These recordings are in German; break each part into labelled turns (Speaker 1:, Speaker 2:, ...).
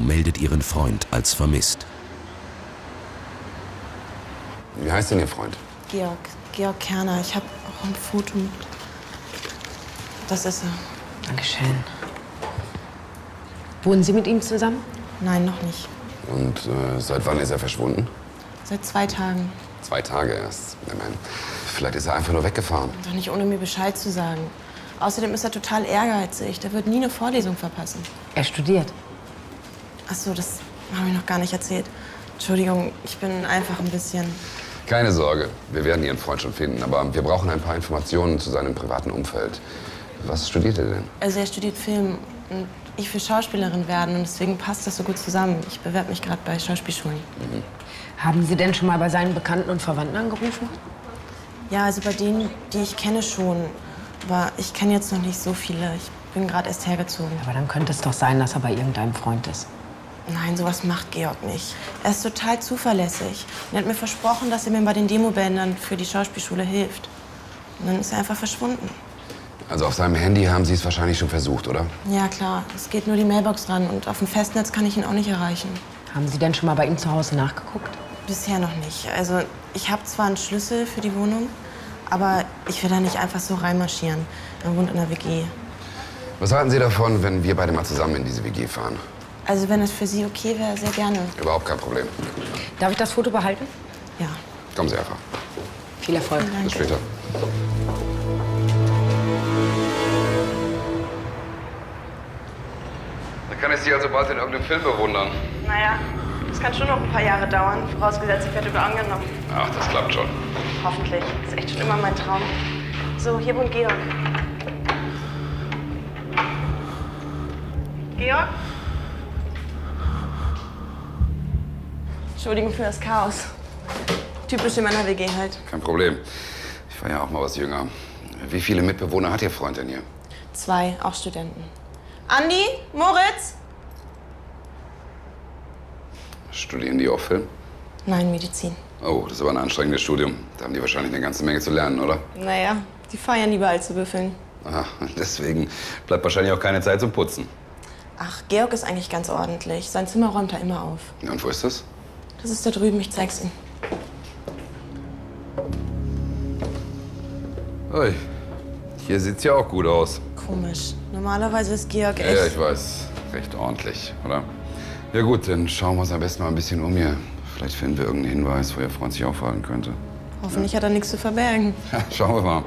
Speaker 1: meldet ihren Freund als vermisst.
Speaker 2: Wie heißt denn Ihr Freund?
Speaker 3: Georg, Georg Kerner. Ich habe auch ein Foto mit. Das ist er.
Speaker 4: Dankeschön. Wohnen Sie mit ihm zusammen?
Speaker 3: Nein, noch nicht.
Speaker 2: Und äh, seit wann ist er verschwunden?
Speaker 3: Seit zwei Tagen.
Speaker 2: Zwei Tage erst. Ich meine, vielleicht ist er einfach nur weggefahren.
Speaker 3: Doch nicht ohne mir Bescheid zu sagen. Außerdem ist er total ehrgeizig. Der wird nie eine Vorlesung verpassen.
Speaker 4: Er studiert.
Speaker 3: Ach so, das habe ich noch gar nicht erzählt. Entschuldigung, ich bin einfach ein bisschen.
Speaker 2: Keine Sorge, wir werden Ihren Freund schon finden, aber wir brauchen ein paar Informationen zu seinem privaten Umfeld. Was studiert er denn?
Speaker 3: Also er studiert Film und ich will Schauspielerin werden und deswegen passt das so gut zusammen. Ich bewerbe mich gerade bei Schauspielschulen.
Speaker 4: Haben Sie denn schon mal bei seinen Bekannten und Verwandten angerufen?
Speaker 3: Ja, also bei denen, die ich kenne schon. Aber ich kenne jetzt noch nicht so viele. Ich bin gerade erst hergezogen.
Speaker 4: Aber dann könnte es doch sein, dass er bei irgendeinem Freund ist.
Speaker 3: Nein, sowas macht Georg nicht. Er ist total zuverlässig. Er hat mir versprochen, dass er mir bei den Demobändern für die Schauspielschule hilft. Und dann ist er einfach verschwunden.
Speaker 2: Also auf seinem Handy haben Sie es wahrscheinlich schon versucht, oder?
Speaker 3: Ja, klar. Es geht nur die Mailbox ran und auf dem Festnetz kann ich ihn auch nicht erreichen.
Speaker 4: Haben Sie denn schon mal bei ihm zu Hause nachgeguckt?
Speaker 3: Bisher noch nicht. Also, ich habe zwar einen Schlüssel für die Wohnung, aber ich will da nicht einfach so reinmarschieren. Er wohnt in der WG.
Speaker 2: Was halten Sie davon, wenn wir beide mal zusammen in diese WG fahren?
Speaker 3: Also, wenn es für Sie okay wäre, sehr gerne.
Speaker 2: Überhaupt kein Problem.
Speaker 4: Darf ich das Foto behalten?
Speaker 3: Ja.
Speaker 2: Kommen Sie einfach.
Speaker 4: Viel Erfolg.
Speaker 2: Bis später. Da kann ich Sie also bald in irgendeinem Film bewundern.
Speaker 3: Naja, das kann schon noch ein paar Jahre dauern, vorausgesetzt, ich werde über angenommen.
Speaker 2: Ach, das klappt schon.
Speaker 3: Hoffentlich. Das ist echt schon immer mein Traum. So, hier wohnt Georg. Georg? Entschuldigung für das Chaos. Typisch in meiner WG halt.
Speaker 2: Kein Problem. Ich war ja auch mal was jünger. Wie viele Mitbewohner hat Ihr Freund denn hier?
Speaker 3: Zwei, auch Studenten. Andi, Moritz?
Speaker 2: Studieren die auch Film?
Speaker 3: Nein, Medizin.
Speaker 2: Oh, das ist aber ein anstrengendes Studium. Da haben die wahrscheinlich eine ganze Menge zu lernen, oder?
Speaker 3: Naja, die feiern lieber als zu büffeln.
Speaker 2: Ah, deswegen bleibt wahrscheinlich auch keine Zeit zum Putzen.
Speaker 3: Ach, Georg ist eigentlich ganz ordentlich. Sein Zimmer räumt er immer auf.
Speaker 2: Ja, und wo ist das?
Speaker 3: Das ist da drüben, ich zeig's ihm.
Speaker 2: Ui, hier sieht's ja auch gut aus.
Speaker 3: Komisch. Normalerweise ist Georg
Speaker 2: Ja,
Speaker 3: echt.
Speaker 2: ich weiß. Recht ordentlich, oder? Ja gut, dann schauen wir uns am besten mal ein bisschen um hier. Vielleicht finden wir irgendeinen Hinweis, wo Ihr Freund sich aufhalten könnte.
Speaker 3: Hoffentlich hat er nichts zu verbergen.
Speaker 2: Ja, schauen wir mal.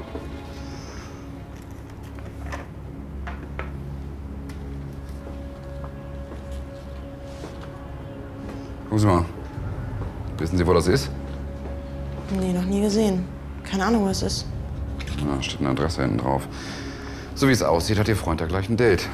Speaker 2: Gucken Sie mal. Wissen Sie, wo das ist?
Speaker 3: Nee, noch nie gesehen. Keine Ahnung, was es ist.
Speaker 2: Ja, Ah, steht eine Adresse hinten drauf. So wie es aussieht, hat Ihr Freund da gleich ein Date.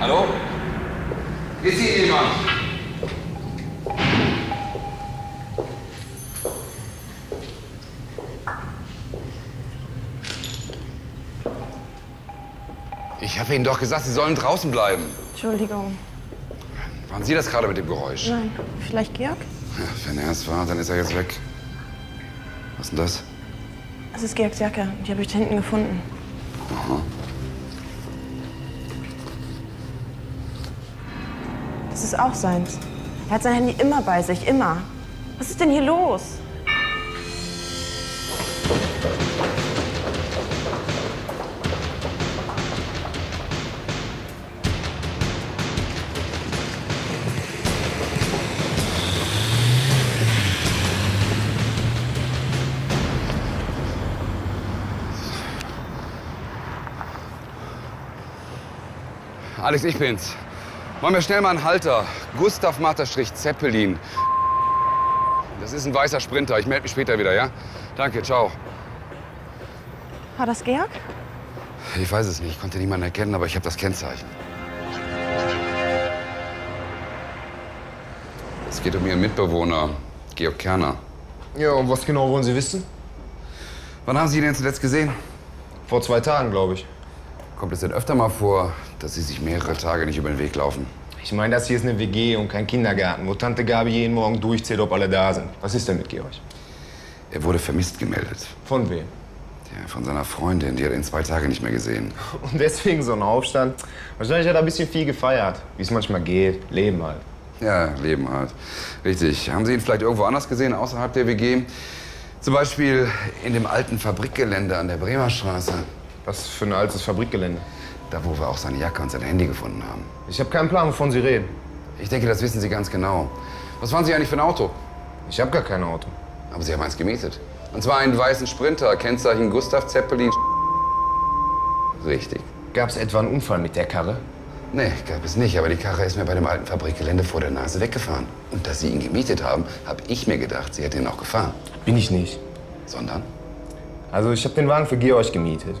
Speaker 2: Hallo? Ist hier jemand? Ich habe Ihnen doch gesagt, Sie sollen draußen bleiben.
Speaker 3: Entschuldigung.
Speaker 2: Waren Sie das gerade mit dem Geräusch?
Speaker 3: Nein, vielleicht Georg?
Speaker 2: Ja, wenn er es war, dann ist er jetzt weg. Was ist denn das?
Speaker 3: Es ist Georgs Jacke. Die habe ich da hinten gefunden. Das ist auch seins. Er hat sein Handy immer bei sich, immer. Was ist denn hier los?
Speaker 2: Alex, ich bin's. Machen wir schnell mal einen Halter. Gustav Matterstrich Zeppelin. Das ist ein weißer Sprinter. Ich melde mich später wieder, ja? Danke, ciao.
Speaker 5: War das Georg?
Speaker 2: Ich weiß es nicht, ich konnte niemanden erkennen, aber ich habe das Kennzeichen. Es geht um Ihren Mitbewohner, Georg Kerner.
Speaker 6: Ja, und was genau wollen Sie wissen?
Speaker 2: Wann haben Sie ihn denn zuletzt gesehen?
Speaker 6: Vor zwei Tagen, glaube ich.
Speaker 2: Kommt es denn öfter mal vor, dass Sie sich mehrere Tage nicht über den Weg laufen?
Speaker 6: Ich meine, das hier ist eine WG und kein Kindergarten, wo Tante Gabi jeden Morgen durchzählt, ob alle da sind. Was ist denn mit Georg?
Speaker 2: Er wurde vermisst gemeldet.
Speaker 6: Von wem?
Speaker 2: Ja, von seiner Freundin, die hat ihn zwei Tage nicht mehr gesehen.
Speaker 6: Und deswegen so ein Aufstand. Wahrscheinlich hat er ein bisschen viel gefeiert. Wie es manchmal geht. Leben halt.
Speaker 2: Ja, Leben halt. Richtig. Haben Sie ihn vielleicht irgendwo anders gesehen, außerhalb der WG? Zum Beispiel in dem alten Fabrikgelände an der Bremer Straße.
Speaker 6: Was für ein altes Fabrikgelände.
Speaker 2: Da, wo wir auch seine Jacke und sein Handy gefunden haben.
Speaker 6: Ich habe keinen Plan, wovon Sie reden.
Speaker 2: Ich denke, das wissen Sie ganz genau. Was fahren Sie eigentlich für ein Auto?
Speaker 6: Ich habe gar kein Auto.
Speaker 2: Aber Sie haben eins gemietet. Und zwar einen weißen Sprinter, Kennzeichen Gustav Zeppelin. Richtig.
Speaker 6: Gab es etwa einen Unfall mit der Karre?
Speaker 2: Nee, gab es nicht, aber die Karre ist mir bei dem alten Fabrikgelände vor der Nase weggefahren. Und dass Sie ihn gemietet haben, habe ich mir gedacht, Sie hätten ihn auch gefahren.
Speaker 6: Bin ich nicht.
Speaker 2: Sondern?
Speaker 6: Also ich habe den Wagen für Georg gemietet.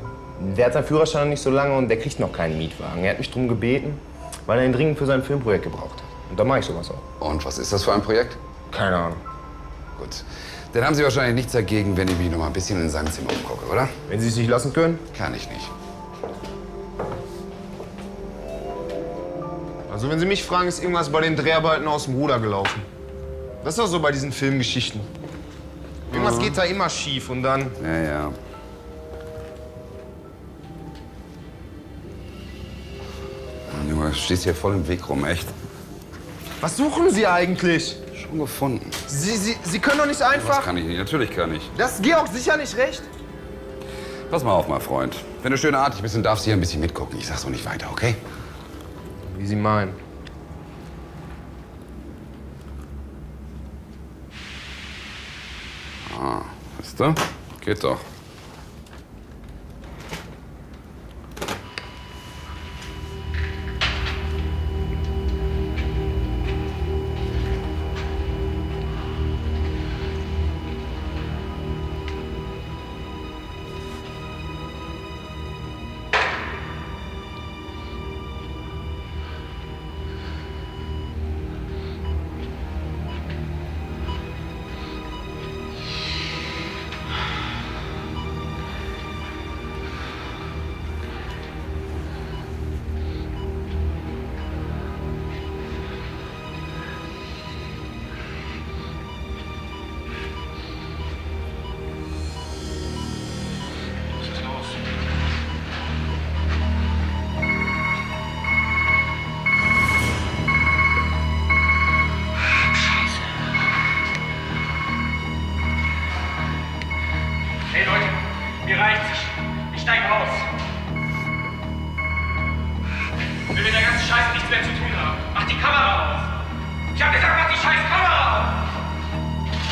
Speaker 6: Der hat seinen Führerschein noch nicht so lange und der kriegt noch keinen Mietwagen. Er hat mich darum gebeten, weil er ihn dringend für sein Filmprojekt gebraucht hat. Und da mache ich sowas auch.
Speaker 2: Und was ist das für ein Projekt?
Speaker 6: Keine Ahnung.
Speaker 2: Gut. Dann haben Sie wahrscheinlich nichts dagegen, wenn ich mich noch mal ein bisschen in seinem Zimmer umgucke, oder?
Speaker 6: Wenn Sie es nicht lassen können?
Speaker 2: Kann ich nicht.
Speaker 6: Also wenn Sie mich fragen, ist irgendwas bei den Dreharbeiten aus dem Ruder gelaufen. Das ist doch so bei diesen Filmgeschichten. Irgendwas geht da immer schief und dann...
Speaker 2: Ja, ja. Mann, Junge, du stehst hier voll im Weg rum, echt.
Speaker 6: Was suchen Sie eigentlich?
Speaker 2: Schon gefunden.
Speaker 6: Sie, Sie, Sie können doch nicht
Speaker 2: Das
Speaker 6: einfach...
Speaker 2: kann ich nicht, natürlich kann ich.
Speaker 6: Das ist Georg sicher nicht recht.
Speaker 2: Pass mal auf, mein Freund. Wenn du schön artig bist, dann darfst du hier ein bisschen mitgucken. Ich sag's noch nicht weiter, okay?
Speaker 6: Wie Sie meinen.
Speaker 2: Weißt du? Geht doch.
Speaker 7: Hey Leute, mir reicht's. Ich, ich steig aus. Will mit der ganzen Scheiße nichts mehr zu tun haben. Mach die Kamera aus. Ich hab gesagt, mach die scheiß Kamera aus.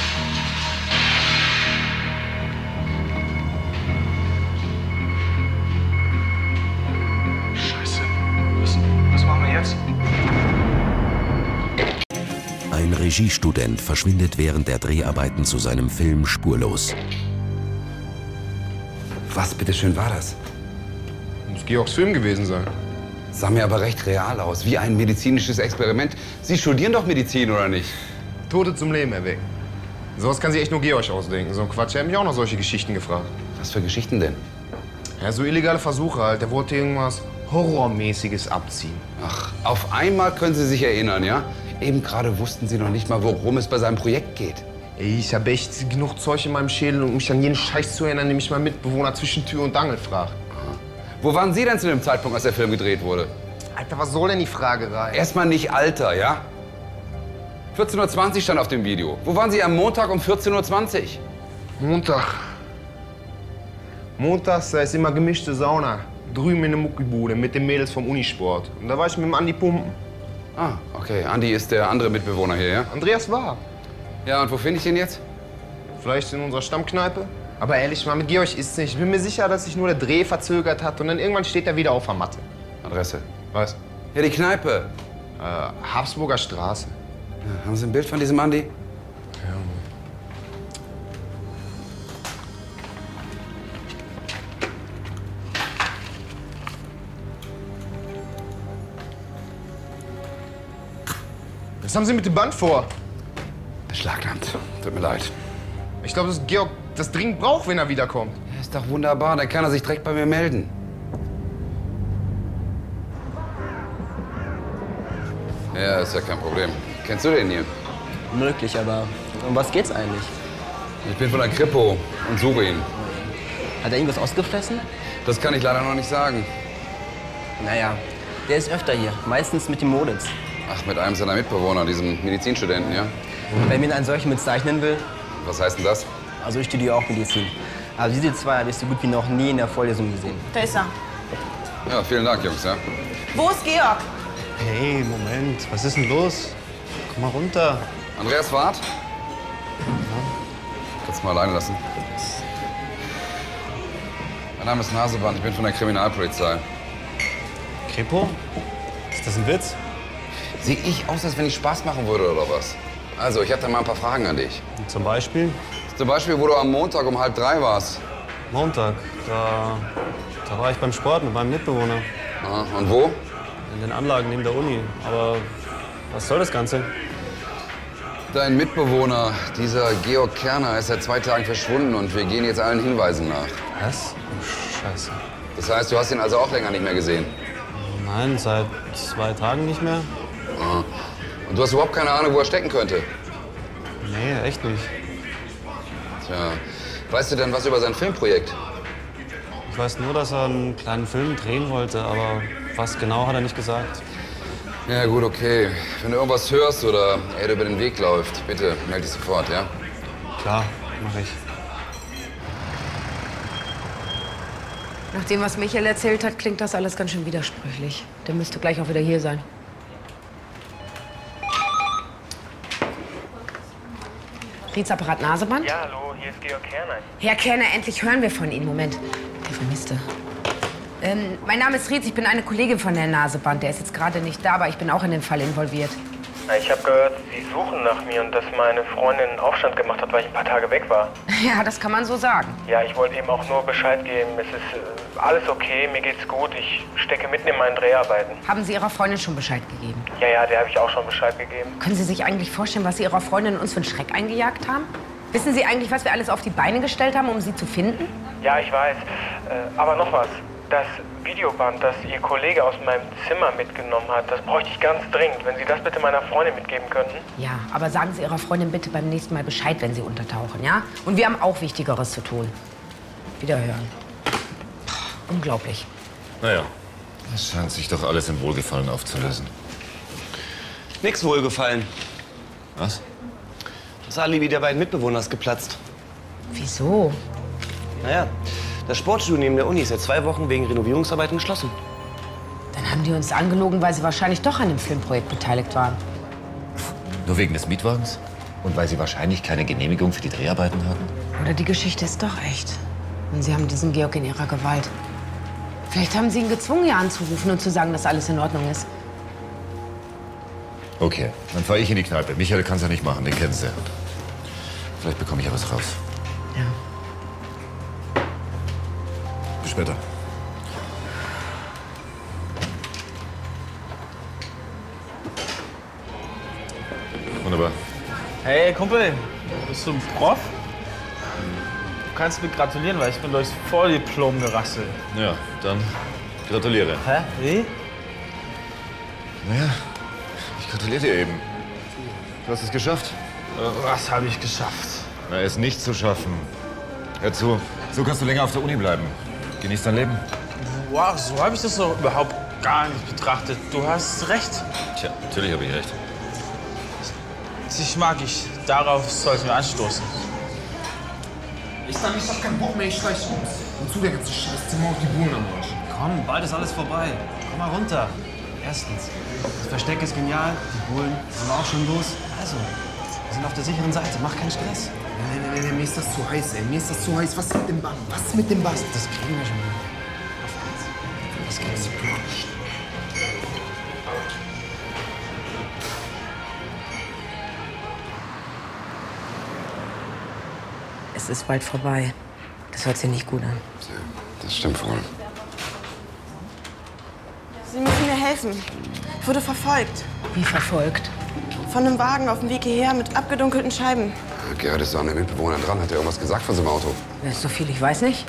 Speaker 8: Scheiße. Was, was machen wir jetzt?
Speaker 1: Ein Regiestudent verschwindet während der Dreharbeiten zu seinem Film spurlos.
Speaker 2: Was bitteschön war das?
Speaker 6: Muss Georgs Film gewesen sein.
Speaker 2: Sah mir aber recht real aus, wie ein medizinisches Experiment. Sie studieren doch Medizin, oder nicht?
Speaker 6: Tote zum Leben erwecken. Sowas kann sich echt nur Georg ausdenken. So ein Quatsch. Er hat mich auch noch solche Geschichten gefragt.
Speaker 2: Was für Geschichten denn?
Speaker 6: Ja, so illegale Versuche halt. Der wollte irgendwas Horrormäßiges abziehen.
Speaker 2: Ach, auf einmal können Sie sich erinnern, ja? Eben gerade wussten Sie noch nicht mal, worum es bei seinem Projekt geht.
Speaker 6: Ey, ich habe echt genug Zeug in meinem Schädel, um mich an jeden Scheiß zu erinnern, den mich mein Mitbewohner zwischen Tür und Angel fragt.
Speaker 2: Wo waren Sie denn zu dem Zeitpunkt, als der Film gedreht wurde?
Speaker 6: Alter, was soll denn die Fragerei?
Speaker 2: Erstmal nicht Alter, ja? 14.20 Uhr stand auf dem Video. Wo waren Sie am Montag um 14.20 Uhr?
Speaker 6: Montag. Montags, da ist immer gemischte Sauna. Drüben in der Muckibude mit den Mädels vom Unisport. Und da war ich mit dem Andi pumpen.
Speaker 2: Ah, okay. Andi ist der andere Mitbewohner hier, ja?
Speaker 6: Andreas war.
Speaker 2: Ja, und wo finde ich ihn jetzt?
Speaker 6: Vielleicht in unserer Stammkneipe? Aber ehrlich mal, mit Georg ist's nicht. Ich bin mir sicher, dass sich nur der Dreh verzögert hat und dann irgendwann steht er wieder auf der Matte.
Speaker 2: Adresse.
Speaker 6: Was? Äh,
Speaker 2: Ja, die Kneipe.
Speaker 6: Habsburger Straße.
Speaker 2: Ja, haben Sie ein Bild von diesem Andi?
Speaker 6: Was haben Sie mit dem Band vor?
Speaker 2: Beschlagnahmt. Tut mir leid.
Speaker 6: Ich glaube, dass Georg das dringend braucht, wenn er wiederkommt.
Speaker 2: Ja, Ist doch wunderbar, dann kann er sich direkt bei mir melden. Ja, ist ja kein Problem. Kennst du den hier?
Speaker 9: Möglich, aber um was geht's eigentlich?
Speaker 2: Ich bin von der Kripo und suche ihn.
Speaker 9: Hat er irgendwas ausgefressen?
Speaker 2: Das kann ich leider noch nicht sagen.
Speaker 9: Naja, der ist öfter hier, meistens mit dem Moritz.
Speaker 2: Ach, mit einem seiner Mitbewohner, diesem Medizinstudenten, ja?
Speaker 9: Wenn man einen solchen bezeichnen will,
Speaker 2: Was heißt denn das?
Speaker 9: also ich studiere auch Medizin. Aber diese zwei habe ich so gut wie noch nie in der Vorlesung gesehen.
Speaker 3: Da ist er.
Speaker 2: Ja, vielen Dank, Jungs, ja?
Speaker 3: Wo ist Georg?
Speaker 10: Hey, Moment, was ist denn los? Komm mal runter.
Speaker 2: Andreas Wart? Kannst du mal alleine lassen. Mein Name ist Naseband, ich bin von der Kriminalpolizei.
Speaker 10: Kripo? Ist das ein Witz?
Speaker 2: Sehe ich aus, als wenn ich Spaß machen würde oder was? Also, ich habe da mal ein paar Fragen an dich.
Speaker 10: Zum Beispiel
Speaker 2: Zum Beispiel, wo du am Montag um halb drei warst.
Speaker 10: Montag. Da, da war ich beim Sport mit meinem Mitbewohner.
Speaker 2: Aha, Und wo?
Speaker 10: In den Anlagen neben der Uni. Aber was soll das Ganze?
Speaker 2: Dein Mitbewohner, dieser Georg Kerner, ist seit zwei Tagen verschwunden und wir gehen jetzt allen Hinweisen nach.
Speaker 10: Was? Oh, Scheiße.
Speaker 2: Das heißt, du hast ihn also auch länger nicht mehr gesehen.
Speaker 10: Nein, seit zwei Tagen nicht mehr?
Speaker 2: Aha. Und du hast überhaupt keine Ahnung, wo er stecken könnte.
Speaker 10: Nee, echt nicht.
Speaker 2: Tja, weißt du denn was über sein Filmprojekt?
Speaker 10: Ich weiß nur, dass er einen kleinen Film drehen wollte, aber was genau hat er nicht gesagt.
Speaker 2: Ja gut, okay. Wenn du irgendwas hörst oder er dir über den Weg läuft, bitte melde dich sofort, ja?
Speaker 10: Klar, mache ich.
Speaker 4: Nach dem, was Michael erzählt hat, klingt das alles ganz schön widersprüchlich. Der müsste gleich auch wieder hier sein. Rietsapparat Naseband?
Speaker 7: Ja, hallo, hier ist Georg Kerner.
Speaker 4: Herr Kerner, endlich hören wir von Ihnen. Moment, der Vermisste. Ähm, mein Name ist Rietz, ich bin eine Kollegin von Herrn Naseband. Der ist jetzt gerade nicht da, aber ich bin auch in den Fall involviert.
Speaker 7: Ich habe gehört, Sie suchen nach mir und dass meine Freundin einen Aufstand gemacht hat, weil ich ein paar Tage weg war.
Speaker 4: Ja, das kann man so sagen.
Speaker 7: Ja, ich wollte eben auch nur Bescheid geben. Es ist äh, alles okay, mir geht's gut. Ich stecke mitten in meinen Dreharbeiten.
Speaker 4: Haben Sie Ihrer Freundin schon Bescheid gegeben?
Speaker 7: Ja, ja, der habe ich auch schon Bescheid gegeben.
Speaker 4: Können Sie sich eigentlich vorstellen, was Sie Ihrer Freundin und uns für einen Schreck eingejagt haben? Wissen Sie eigentlich, was wir alles auf die Beine gestellt haben, um Sie zu finden?
Speaker 7: Ja, ich weiß. Äh, aber noch was. Das Videoband, das Ihr Kollege aus meinem Zimmer mitgenommen hat, das bräuchte ich ganz dringend. Wenn Sie das bitte meiner Freundin mitgeben könnten.
Speaker 4: Ja, aber sagen Sie Ihrer Freundin bitte beim nächsten Mal Bescheid, wenn Sie untertauchen, ja? Und wir haben auch Wichtigeres zu tun. Wiederhören. Puh, unglaublich.
Speaker 11: Naja, es scheint sich doch alles im Wohlgefallen aufzulösen.
Speaker 9: Nix wohlgefallen.
Speaker 11: Was?
Speaker 9: Das Alibi der beiden Mitbewohner ist geplatzt.
Speaker 4: Wieso?
Speaker 9: Naja, das Sportstudio neben der Uni ist seit zwei Wochen wegen Renovierungsarbeiten geschlossen.
Speaker 4: Dann haben die uns angelogen, weil sie wahrscheinlich doch an dem Filmprojekt beteiligt waren.
Speaker 11: Nur wegen des Mietwagens? Und weil Sie wahrscheinlich keine Genehmigung für die Dreharbeiten hatten?
Speaker 4: Oder die Geschichte ist doch echt. Und sie haben diesen Georg in ihrer Gewalt. Vielleicht haben sie ihn gezwungen, hier anzurufen und zu sagen, dass alles in Ordnung ist.
Speaker 11: Okay, dann fahre ich in die Kneipe. Michael kann es ja nicht machen, den kennst du. Vielleicht bekomme ich ja was raus.
Speaker 4: Ja.
Speaker 11: Bis später. Wunderbar.
Speaker 9: Hey, Kumpel.
Speaker 10: Bist du ein Prof?
Speaker 9: Du kannst mir gratulieren, weil ich bin durchs Vordiplom gerasselt.
Speaker 11: Ja, dann gratuliere.
Speaker 9: Hä? Wie?
Speaker 11: Naja, ich gratuliere dir eben. Du hast es geschafft.
Speaker 9: Was habe ich geschafft?
Speaker 11: Na, es nicht zu schaffen. Hör zu, so kannst du länger auf der Uni bleiben. Genieß dein Leben.
Speaker 9: Wow, so habe ich das noch überhaupt gar nicht betrachtet. Du hast recht.
Speaker 11: Tja, natürlich habe ich recht.
Speaker 9: Dich mag ich. Darauf sollten wir anstoßen.
Speaker 8: Ich dann nicht auf keinen Bock mehr, ich schreie raus. Wozu der ganze Scheiß Zimmer auf die Bullen am Arsch?
Speaker 10: Komm, bald ist alles vorbei. Komm mal runter. Erstens, das Versteck ist genial. Die Bullen sind auch schon los. Also, wir sind auf der sicheren Seite. Mach keinen Stress.
Speaker 8: Nein, nein, nein, nein, mir ist das zu heiß, ey. Mir ist das zu heiß. Was mit dem Band? Was mit dem Band?
Speaker 10: Das kriegen wir schon. hin.
Speaker 8: Das kannst du
Speaker 4: es ist bald vorbei. Das hört sich nicht gut an.
Speaker 2: Das stimmt wohl.
Speaker 3: Sie müssen mir helfen. Ich wurde verfolgt.
Speaker 4: Wie verfolgt?
Speaker 3: Von einem Wagen auf dem Weg hierher mit abgedunkelten Scheiben.
Speaker 2: Äh, Gerhard ist so an den Mitbewohnern dran. Hat er irgendwas gesagt von seinem Auto?
Speaker 4: Das ist so viel, ich weiß nicht.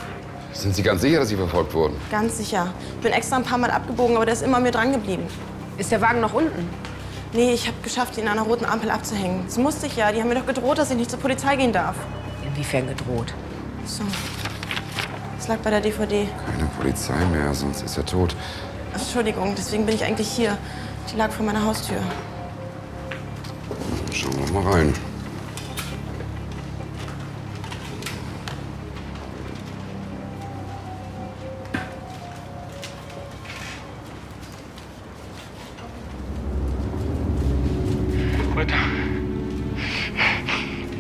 Speaker 2: Sind Sie ganz sicher, dass Sie verfolgt wurden?
Speaker 3: Ganz sicher. Ich bin extra ein paar Mal abgebogen, aber der ist immer an mir dran geblieben.
Speaker 4: Ist der Wagen noch unten?
Speaker 3: Nee, ich habe geschafft, ihn an einer roten Ampel abzuhängen. Das musste ich ja. Die haben mir doch gedroht, dass ich nicht zur Polizei gehen darf.
Speaker 4: Inwiefern gedroht?
Speaker 3: So. Das lag bei der DVD.
Speaker 2: Keine Polizei mehr, sonst ist er tot.
Speaker 3: Also, Entschuldigung, deswegen bin ich eigentlich hier. Die lag vor meiner Haustür.
Speaker 2: Schauen wir doch mal rein.
Speaker 7: Britta,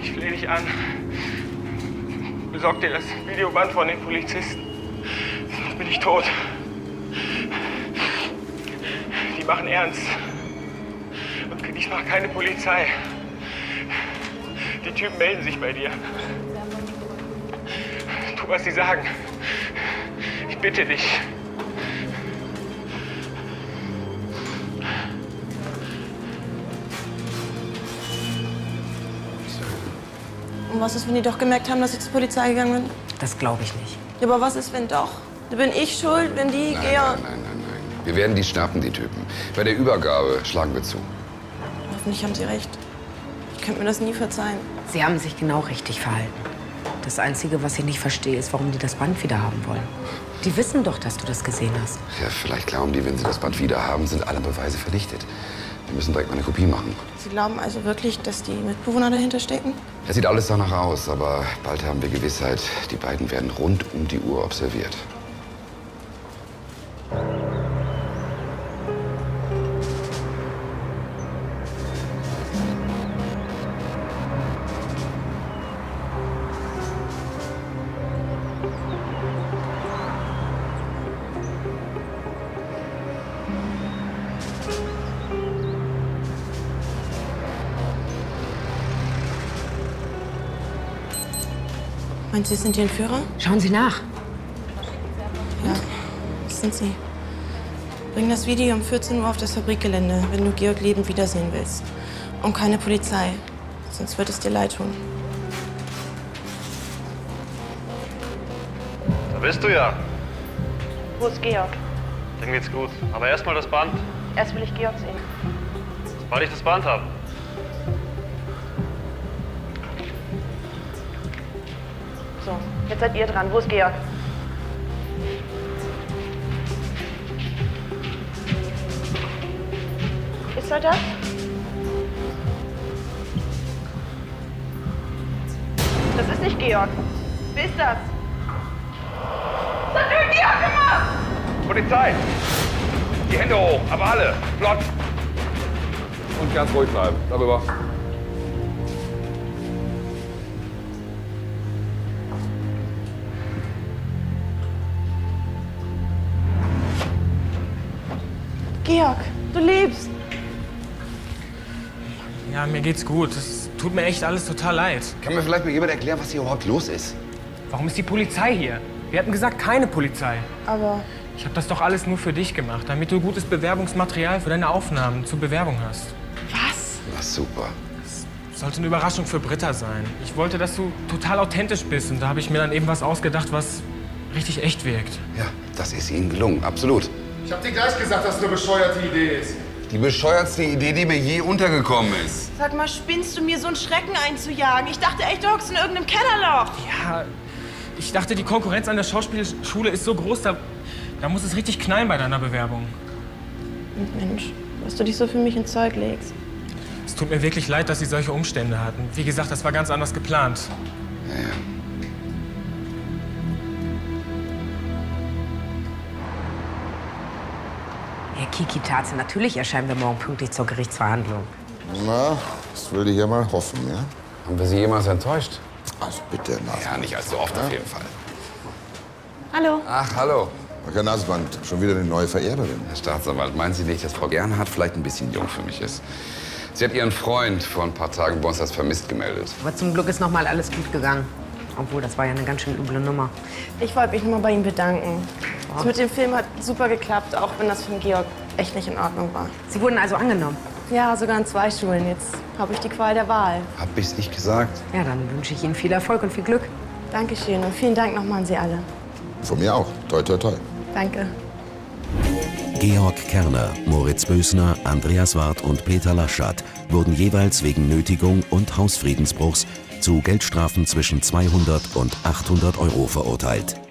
Speaker 7: ich flehe dich an. Besorg dir das Videoband von den Polizisten. Sonst bin ich tot. Die machen ernst. Und ich mache keine Polizei. Die Typen melden sich bei dir. Tu, was sie sagen. Ich bitte dich.
Speaker 3: Und was ist, wenn die doch gemerkt haben, dass ich zur Polizei gegangen bin?
Speaker 4: Das glaube ich nicht.
Speaker 3: Ja, aber was ist, wenn doch? Da bin ich schuld, wenn die
Speaker 2: Nein, nein,
Speaker 3: Georg.
Speaker 2: nein, nein, nein. Wir werden die schnappen, die Typen. Bei der Übergabe schlagen wir zu.
Speaker 3: Hoffentlich haben sie recht. Ich könnte mir das nie verzeihen.
Speaker 4: Sie haben sich genau richtig verhalten. Das Einzige, was ich nicht verstehe, ist, warum die das Band wieder haben wollen. Die wissen doch, dass du das gesehen hast.
Speaker 2: Ja, vielleicht glauben die, wenn sie das Band wieder haben, sind alle Beweise vernichtet. Wir müssen direkt mal eine Kopie machen.
Speaker 3: Sie glauben also wirklich, dass die Mitbewohner dahinter stecken?
Speaker 2: Es sieht alles danach aus, aber bald haben wir Gewissheit, die beiden werden rund um die Uhr observiert.
Speaker 3: Meint sie, es sind die Entführer?
Speaker 4: Schauen Sie nach.
Speaker 3: Ja, das sind sie. Bring das Video um 14 Uhr auf das Fabrikgelände, wenn du Georg lebend wiedersehen willst. Und keine Polizei, sonst wird es dir leid tun.
Speaker 12: Da bist du ja.
Speaker 5: Wo ist Georg?
Speaker 12: Dem geht's gut. Aber erstmal das Band.
Speaker 5: Erst will ich Georg sehen.
Speaker 12: Sobald ich das Band habe.
Speaker 5: So, jetzt seid ihr dran. Wo ist Georg? Ist er da? Das ist nicht Georg. Wer ist das? Das hat nur Georg gemacht!
Speaker 2: Polizei! Die Hände hoch, aber alle, flott! Und ganz ruhig bleiben, darüber.
Speaker 5: Georg, du lebst!
Speaker 13: Ja, mir geht's gut. Es tut mir echt alles total leid.
Speaker 2: Kann mir vielleicht mal jemand erklären, was hier überhaupt los ist?
Speaker 13: Warum ist die Polizei hier? Wir hatten gesagt, keine Polizei.
Speaker 5: Aber
Speaker 13: Ich habe das doch alles nur für dich gemacht, damit du gutes Bewerbungsmaterial für deine Aufnahmen zur Bewerbung hast.
Speaker 5: was?
Speaker 2: Na super.
Speaker 13: Sollte eine Überraschung für Britta sein. Ich wollte, dass du total authentisch bist und da habe ich mir dann eben was ausgedacht, was richtig echt wirkt.
Speaker 2: Ja, das ist Ihnen gelungen, absolut.
Speaker 8: Ich hab dir gleich gesagt, dass es eine bescheuerte Idee ist.
Speaker 2: Die bescheuertste Idee, die mir je untergekommen ist.
Speaker 3: Sag mal, spinnst du mir so einen Schrecken einzujagen? Ich dachte echt, du hockst in irgendeinem Kellerloch.
Speaker 13: Ja, ich dachte, die Konkurrenz an der Schauspielschule ist so groß, da, da muss es richtig knallen bei deiner Bewerbung.
Speaker 3: Mensch, dass du dich so für mich ins Zeug legst.
Speaker 13: Es tut mir wirklich leid, dass sie solche Umstände hatten. Wie gesagt, das war ganz anders geplant.
Speaker 4: Herr Kiki Tatze, natürlich erscheinen wir morgen pünktlich zur Gerichtsverhandlung.
Speaker 14: Na, das will ich ja mal hoffen, ja?
Speaker 2: Haben wir Sie jemals enttäuscht?
Speaker 14: Also bitte, na.
Speaker 2: Ja, nicht allzu oft auf jeden Fall.
Speaker 3: Hallo.
Speaker 2: Ach, hallo.
Speaker 14: Herr Nasband, schon wieder eine neue Verehrerin.
Speaker 2: Herr Staatsanwalt, meinen Sie nicht, dass Frau Gernhardt vielleicht ein bisschen jung für mich ist? Sie hat ihren Freund vor ein paar Tagen bei uns als vermisst gemeldet.
Speaker 4: Aber zum Glück ist noch mal alles gut gegangen. Obwohl, das war ja eine ganz schön üble Nummer.
Speaker 3: Ich wollte mich nur mal bei ihm bedanken. Das mit dem Film hat super geklappt, auch wenn das von Georg echt nicht in Ordnung war.
Speaker 4: Sie wurden also angenommen?
Speaker 3: Ja, sogar an zwei Schulen. Jetzt habe ich die Qual der Wahl.
Speaker 2: Hab ich's nicht gesagt?
Speaker 4: Ja, dann wünsche ich Ihnen viel Erfolg und viel Glück.
Speaker 3: Dankeschön und vielen Dank nochmal an Sie alle.
Speaker 14: Von mir auch. Toi, toi, toi.
Speaker 3: Danke.
Speaker 1: Georg Kerner, Moritz Bösner, Andreas Ward und Peter Laschet wurden jeweils wegen Nötigung und Hausfriedensbruchs zu Geldstrafen zwischen 200 und 800 Euro verurteilt.